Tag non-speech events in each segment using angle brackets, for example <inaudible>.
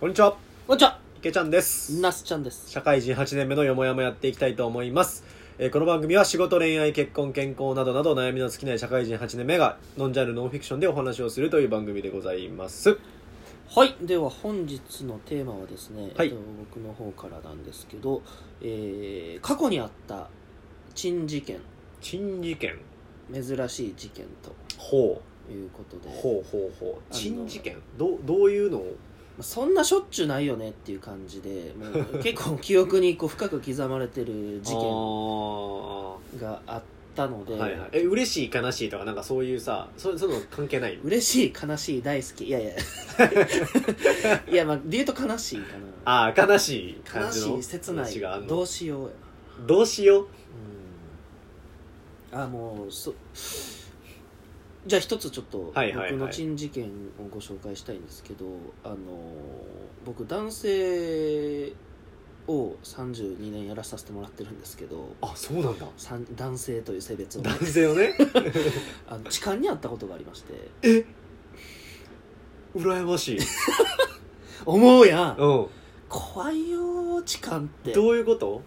こんにちは、こんにちは池ちゃんです。なすちゃんです社会人8年目のよもやもやっていきたいと思います。えーこの番組は仕事、恋愛、結婚、健康などなど悩みの尽きない社会人8年目がノンジャンルノンフィクションでお話をするという番組でございます。はいでは本日のテーマはですね、はいえっと、僕の方からなんですけど、えー過去にあった珍事件珍事件。珍しい事件ほということう。で、まほうほうほう。あの珍事件どう、どういうのをあそんなしょっちゅうないよねっていう感じでも <laughs> う結構記憶にこう深く刻まれてる事件件があったので、はいはい。え、嬉しい、悲しいとかなんかそういうさ、そそういうの関係ない嬉しい悲しい大好きい <laughs> やいやいやまあ理由と悲しいかなああ、悲しい悲感じの。しい切な話があんいのどうしようやなどうしよう。うんあもうそじゃあ一つちょっとはいはいはい僕の珍事件をご紹介したいんですけど、あの僕男性を32年やらさせてもらってるんですけどあ、そうなんだ。さん男性という性別をね男性をね、あの痴漢にあったことがあり <laughs> まして羨ましい。思うやんうん。怖いよ痴漢ってどういうこと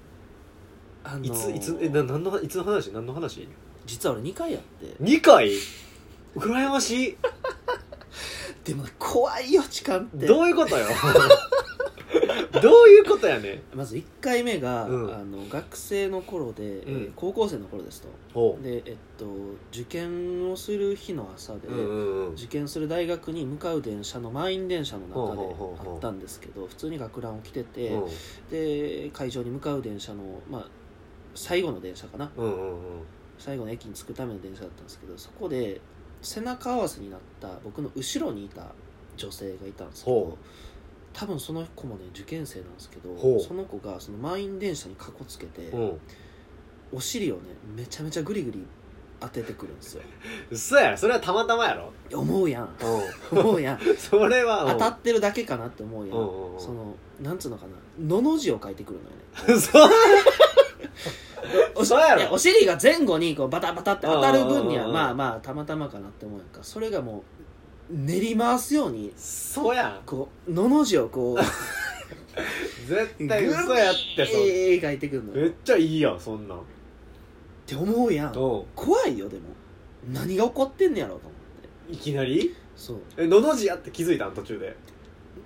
あのいつ、いつ、え、な、なんの、いつの話何の話実は俺2回やって二回羨ましい。でも怖いよ痴漢ってどういうことよ。どういうことやね。まず1回目が、うんあの学生の頃で、えーうん高校生の頃ですとほでえっと受験をする日の朝で、う。うんうんうん。受験する大学に向かう電車の満員電車の中でほうほうほうほうあったんですけど普通に学ランを着てて、うんで会場に向かう電車のまあ最後の電車かなうんうんうん。最後の駅に着くための電車だったんですけどそこで背中合わせになった僕の後ろにいた女性がいたんですけほど多分その子もね受験生なんですけほうどその子がその満員電車にかこつけてうん。お尻をねめちゃめちゃグリグリ当ててくるんで <laughs> すよ嘘や、それはたまたまやろ。いや思うやん <laughs> う思うやんん。それは、う当んたってるだけかなって思うやうんうんうんんそのなんつうのかな「の」の字を書いてくるのよねそうおそうやろいお尻が前後にこうバタバタって当たる分にうんうんうんうはんまあまあたまたまかなって思うやんかそれがもう練り回すようにそうやこうのの字をこ <laughs> うん。絶対嘘やって、そんええ書いてくるのめよっっちゃいいやん、そんなん。て思うやんう怖いよでも何が起こってんねやろうと思ってん。いきなりそうえ、のの字やって気づいたん途中で。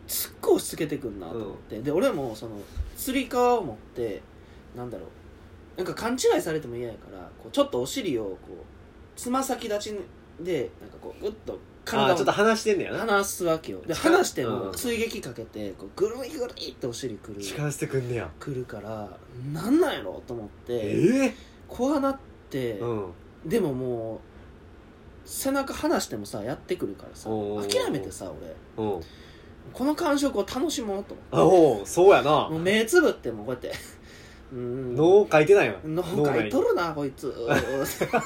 すっごい押し付けてくんなと思って、で俺もそのつり革を持ってなんだろうなんか勘違いされても嫌やからこうちょっとお尻をこうつま先立ちでなんかこうグッとあ体ー、ちょっとを話してんねやな。離すわけよで近い離してうもん追撃かけてこうぐるいぐるいってお尻くる近寄せてくんねや。くるからなんなんやろと思ってえ怖なって、えうん。でももう背中離してもさやってくるからさおうおうおう諦めてさ俺うん。この感触を楽しもうと思っあ、おてうそうやなも。う目つぶってもうこうやって <laughs> 「うーん脳書いてないよ。脳書いとるなこいつ」 <laughs> め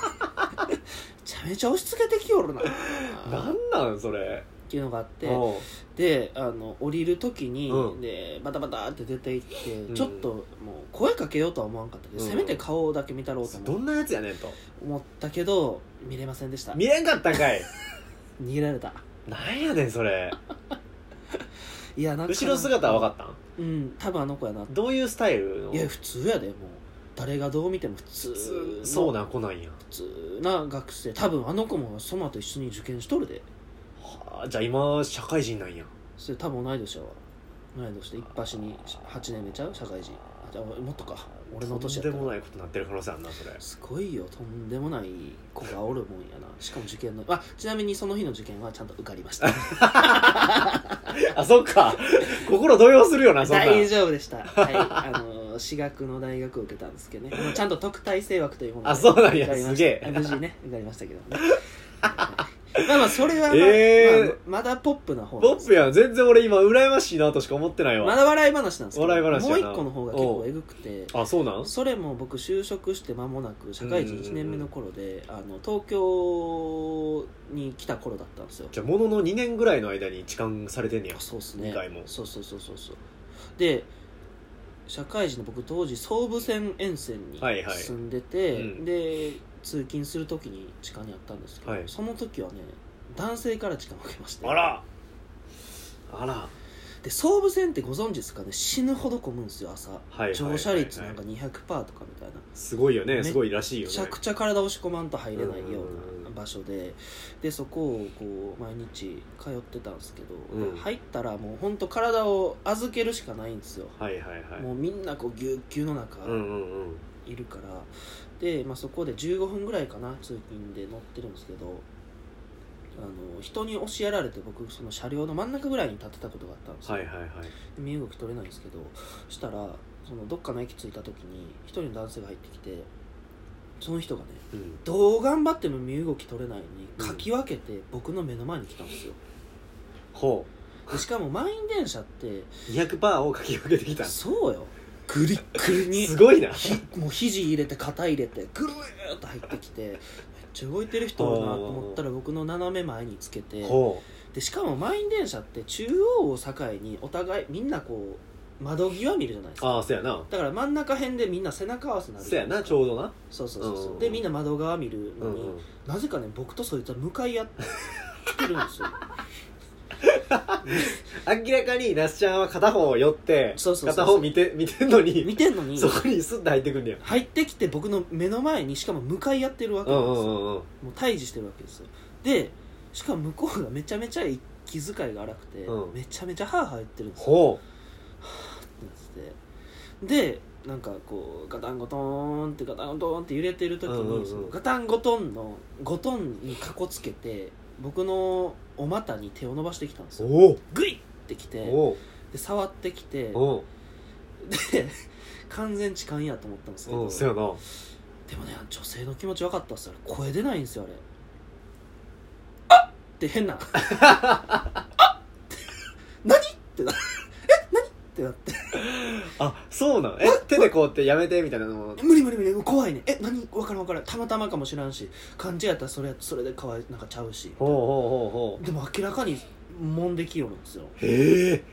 ちゃめちゃ押し付けてきよるな <laughs> なっんなんそれ。ていうのがあっておうであの降りる時に、うんでバタバタって出て行って、んちょっともう声かけようとは思わんかったけど、うんせめて顔だけ見たろうとど思んなやつやねんと。思ったけど見れませんでした見逃れんかったん <laughs> かい。げられたなんやねんそれ。いやなんか後ろ姿は分っかったうん多分あの子やなんどういうスタイルのいや普通やでもう誰がどう見ても普通普通のそうな子なんや。普通な学生多分あの子もその後一緒に受験しとるではあ、じゃあ今、社会人なんや。それ多分同い年やわ同い年で一発に8年目ちゃう社会人あじゃあもっとか俺の年やとっんたでらもないことになってる可能性あんな、それ。すごいよとんでもない子がおるもんやなしかも受験のあちなみにその日の受験はちゃんと受かりましたあ、そっ <laughs> か。心動揺するよ <laughs> な、そんなん。大丈夫でしたはいあの私学の大学を受けたんですけどねまあちゃんと特待生枠というものであそうなんや受かりましたすげえ無事ね受かりましたけど <laughs> ねはいまあまあそれはまあ、えーまあまだポップな方なんポですッけプどやん。全然俺今、羨ましいなとしか思ってないまわ。だ笑い話なんですけど笑い話もうや一な個の方が結構えぐくてあ、そうなんそれも僕就職して間もなく社会人1年目の頃であの東京に来た頃だったんですよじゃあ、ものの2年ぐらいの間に痴漢されてんねやあ。そうっすね二回もそうそうそうそうそうで社会人の僕当時総武線沿線にはいはい住んでて、うんで通勤する時に地下にあったんですけど、はいその時はね男性から痴漢を受けましてあらあらで総武線ってご存知ですかね死ぬほど混むんですよ朝はいはいはいはい乗車率なんか200%とかみたいなすごいよねめすごいらしいよめねちゃくちゃ体押し込まんと入れないようんうんううなん場所ででそこをこう毎日通ってたんですけど、うん入ったらもう本当体を預けるしかないんですよ、はいはいはいもうみんなこうぎゅうぎゅうの中うんうんうんいるから、で、まあ、そこで15分ぐらいかな通勤で乗ってるんですけどあの人に押しやられて僕その車両の真ん中ぐらいに立ってたことがあったんですよ、はいはいはい身動き取れないんですけどしたらそのどっかの駅着いた時に一人の男性が入ってきてその人がねうんどう頑張っても身動き取れないのにうんかき分けて僕の目の前に来たんですよほでしかも満員電車ってう200%をかき分けてきたそうよグリッグリに <laughs> すごいなひもう肘入れて肩入れてぐるーっと入ってきてめっちゃ動いてる人だなと思ったら僕の斜め前につけてほでしかも満員電車って中央を境にお互いみんなこう窓際見るじゃないですうかああそやなだから真ん中辺でみんな背中合わせになるそやなちょうどなそうそうそうそう、うんでみんな窓側見るうのんに、うんなぜかね僕とそいつは向かい合ってるんですよ明らかに那須ちゃんは片方を寄ってそうそうそうそ片う方見て見てんのに見てんのにそこにスッと入ってくんねや入ってきて僕の目の前にしかも向かい合ってるわけうなんんでうすよ、んうんうんもう退治してるわけですよでしかも向こうがめちゃめちゃ気遣いが荒くて、うんめちゃめちゃ歯入ってるんですよほってなっててでなんかこうガタンゴトーンってガタンゴトーンって揺れてる時に、うんうんうんそのガタンゴトンのゴトンにかこつけて僕のお股に手を伸ばしてきたんですうよおうグイッてきておうで触ってきておうで完全痴漢やと思ったんですけうどんそやなでもね女性の気持ち分かったっすよあれ声出ないんですよあれあっって変な <laughs> あっって何ってなえ何ってなってあそうなんえ手でこうやってやめてみたいなの無理無理無理怖いねえ何分からん分からんたまたまかもしらんし感じやったらそれそれでかわいなんかちゃうしほうほうほうほでも明らかにもんできようなんですようへえ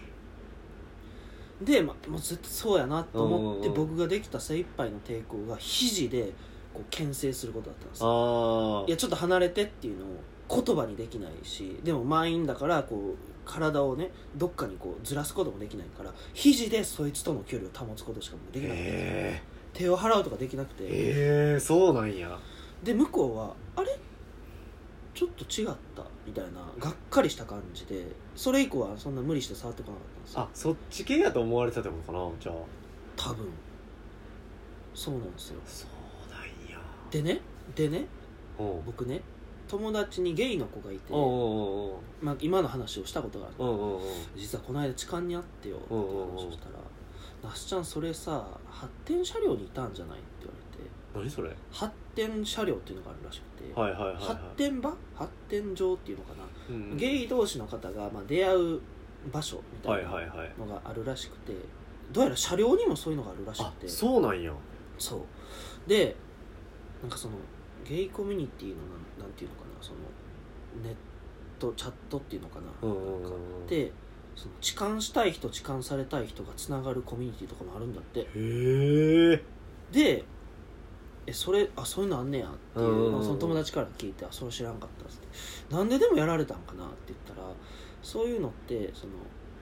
で、ま、もう絶対そうやなと思ってうんうんうん僕ができた精一杯の抵抗が肘でこう牽制することだったんですよああいやちょっと離れてっていうのを言葉にできないしでも満員だからこう体をねどっかにこうずらすこともできないから肘でそいつとの距離を保つことしかもうできなくてへ手を払うとかできなくえてへえそうなんやで向こうは「あれちょっと違った」みたいながっかりした感じでそれ以降はそんな無理して触ってこなかったんですよあそっち系やと思われてたってことかなじゃあ多分そうなんですよそうなんやでねでねうんうん僕ね友達にゲイの子がいて、うんまあ、今の話をしたことがあるうんうんうんうん実はこの間痴漢にあってよってうんう話んうんをしたら「那須ちゃんそれさ発展車両にいたんじゃない?」って言われ何てそれは発展車両っていうのがあるらしくて、いはいはいはい発展場発展場っていうのかな、うんゲイ同士の方がまあ出会う場所みたはいいなはいはいのがあるらしくて、どうやら車両にもそういうのがあるらしあくてそうなんやそうでなんかそのゲイコミュニティのなんなんていうのかなそのネットチャットっていうのかな、うんうんうんうんへでその痴漢したい人痴漢されたい人がつながるコミュニティとかもあるんだってえでえそれあそういうのあんねやっていううんうんうんまあその友達から聞いてあそれ知らんかったっつってなんででもやられたんかなって言ったらそういうのってその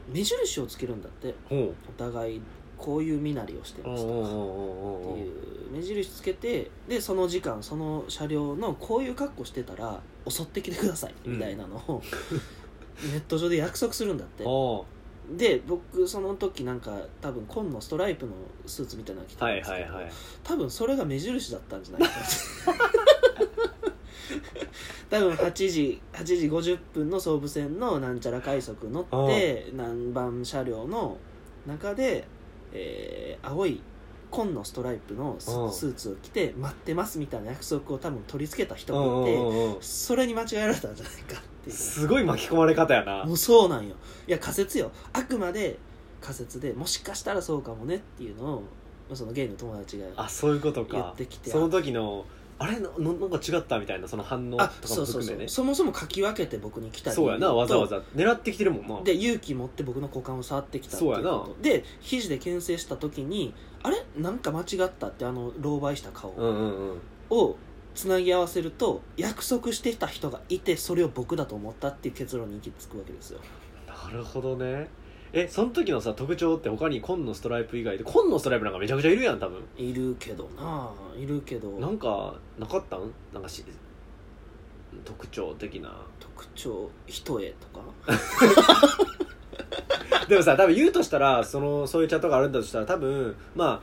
目印をつけるんだってほうお互いこういう身なりをしてうまんすうとんうかんうってんうんいう目印つけてでその時間その車両のこういう格好してたら襲ってきてくださいみたいなのを、ネット上で約束するんだってあで僕その時なんか多分紺のストライプのスーツみたいなの着てあたんはいですはけど、いはい多分それが目印だったんじゃないかな多分8時8時50分の総武線のなんちゃら快速乗って何番車両の中で、えー青い紺のストライプのスうんスーツを着て待ってますみたいな約束を多分取り付けた人うんうがいて、んうんうんそれに間違えられたんじゃないかっていうすごい巻き込まれ方やな <laughs> もうそうなんよいや仮説よあくまで仮説でもしかしたらそうかもねっていうのをそのゲイの友達があそういうこと言っかてきてその時のあれなななんか違ったみたいなその反応とかあそもうそう含そめねうそもそもかき分けて僕に来たりそうやなわざわざ狙ってきてるもんなで勇気持って僕の股間を触ってきたっていうそうやなことで肘で牽制した時にあれなんか間違ったってあの狼狽した顔うんうんうんをつなぎ合わせると約束してた人がいてそれを僕だと思ったっていう結論に行き着くわけですよなるほどねえその時のさ特徴って他に紺のストライプ以外で紺のストライプなんかめちゃくちゃいるやん多分いるけどないるけどなんかなかったんなんかし特徴的な特徴一重とかでもさ多分言うとしたらそのそういうチャットがあるんだとしたら多分まあ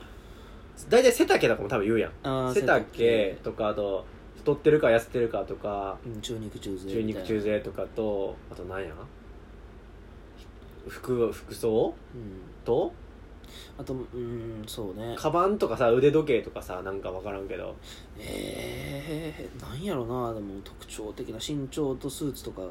大体背丈とかも多分言うやんあー背丈とかあと太ってるか痩せてるかとかうん中肉中中背みたい肉な中背とかとあとなんや服服装うんとあとうんそうねカバンとかさ腕時計とかさなんか分からんけどえー、なんやろなでも特徴的な身長とスーツとか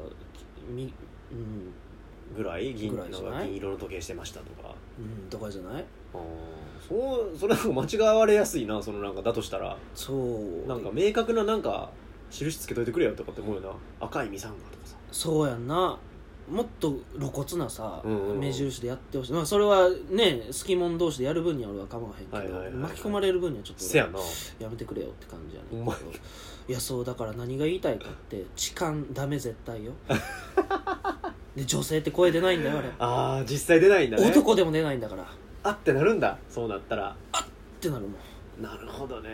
みうん、ぐらい銀ぐらいじゃないなんか銀色の時計してましたとかうん、とかじゃないあーそうそれなんか間違われやすいなそのなんかだとしたらそうなんか明確ななんか印つけといてくれよとかって思うよな赤いミサンガとかさそうやんなもっと露骨なさ、うんうんうん目印でやってほしい、まあ、それはね好き者同士でやる分には俺は構わへんけど、はいはいはいはい巻き込まれる分にはちょっとせやなやめてくれよって感じやねほんまにいやそうだから何が言いたいかって痴漢ダメ絶対よで女性って声出ないんだよあれあー実際出ないんだね男でも出ないんだからっあってなるんだそうなったらてなるもんなるほどね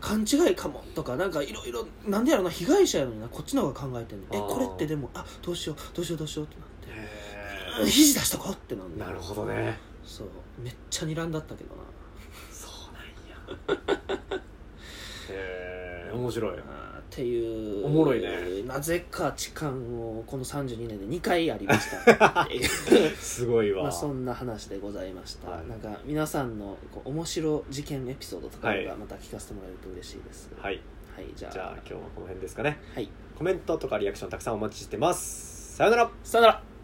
勘違いかもとかなんかいろいろなんでやろな被害者やのになこっちの方が考えてんのえあーこれってでもあどうしようどうしようどうしようってなってへうん肘出しとこうってなんーだなるほどねそうめっちゃ睨んだったけどなそうなんやへえ面白いあーっていうおもろいねなぜか痴漢をこの32年で2回ありましたっていう <laughs> すごいわ、まあそんな話でございました、はいなんか皆さんのこう面白事件エピソードとかはいがまた聞かせてもらえると嬉しいですはい、はいじゃあじゃあ今日はこの辺ですかねはいコメントとかリアクションたくさんお待ちしてますさよならさよなら